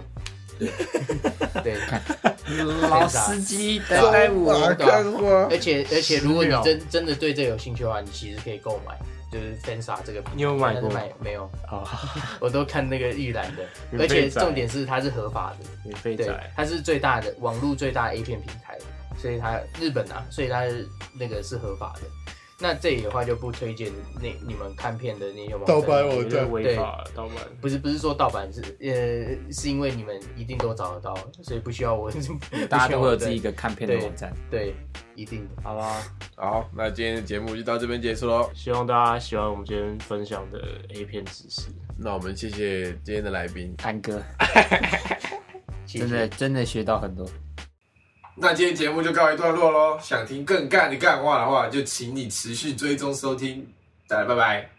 对，
老司机带带
对带
哎我
我。
啊看花
而且而且，如果你
十秒
真真的对这有兴趣的话，你其实可以购买，就是 Fensa 这个品牌。
你有买
但是
过吗
买没有？
好，
我都看那个预览的，
免费
而且
载
重点是它是合法的，
免费
对
仔，，
它是最大的网络最大的 A 片平台，所以它日本啊，所以它是那个是合法的。那这里的话就不推荐那你们看片的那些 网站
盗版
我
网
觉得
站，
违法盗版。
不是不是说盗版是呃是因为你们一定都找得到，所以不需要我
大家都会有自己一
己
个看片的网站。
对一定的
好啦，
好，那今天的节目就到这边结束喽。
希望大家喜欢我们今天分享的 A 片知识。
那我们谢谢今天的来宾，
安哥
谢谢
真的真的学到很多，
那今天节目就告一段落喽。想听更干的干话的话，就请你持续追踪收听。大家拜拜。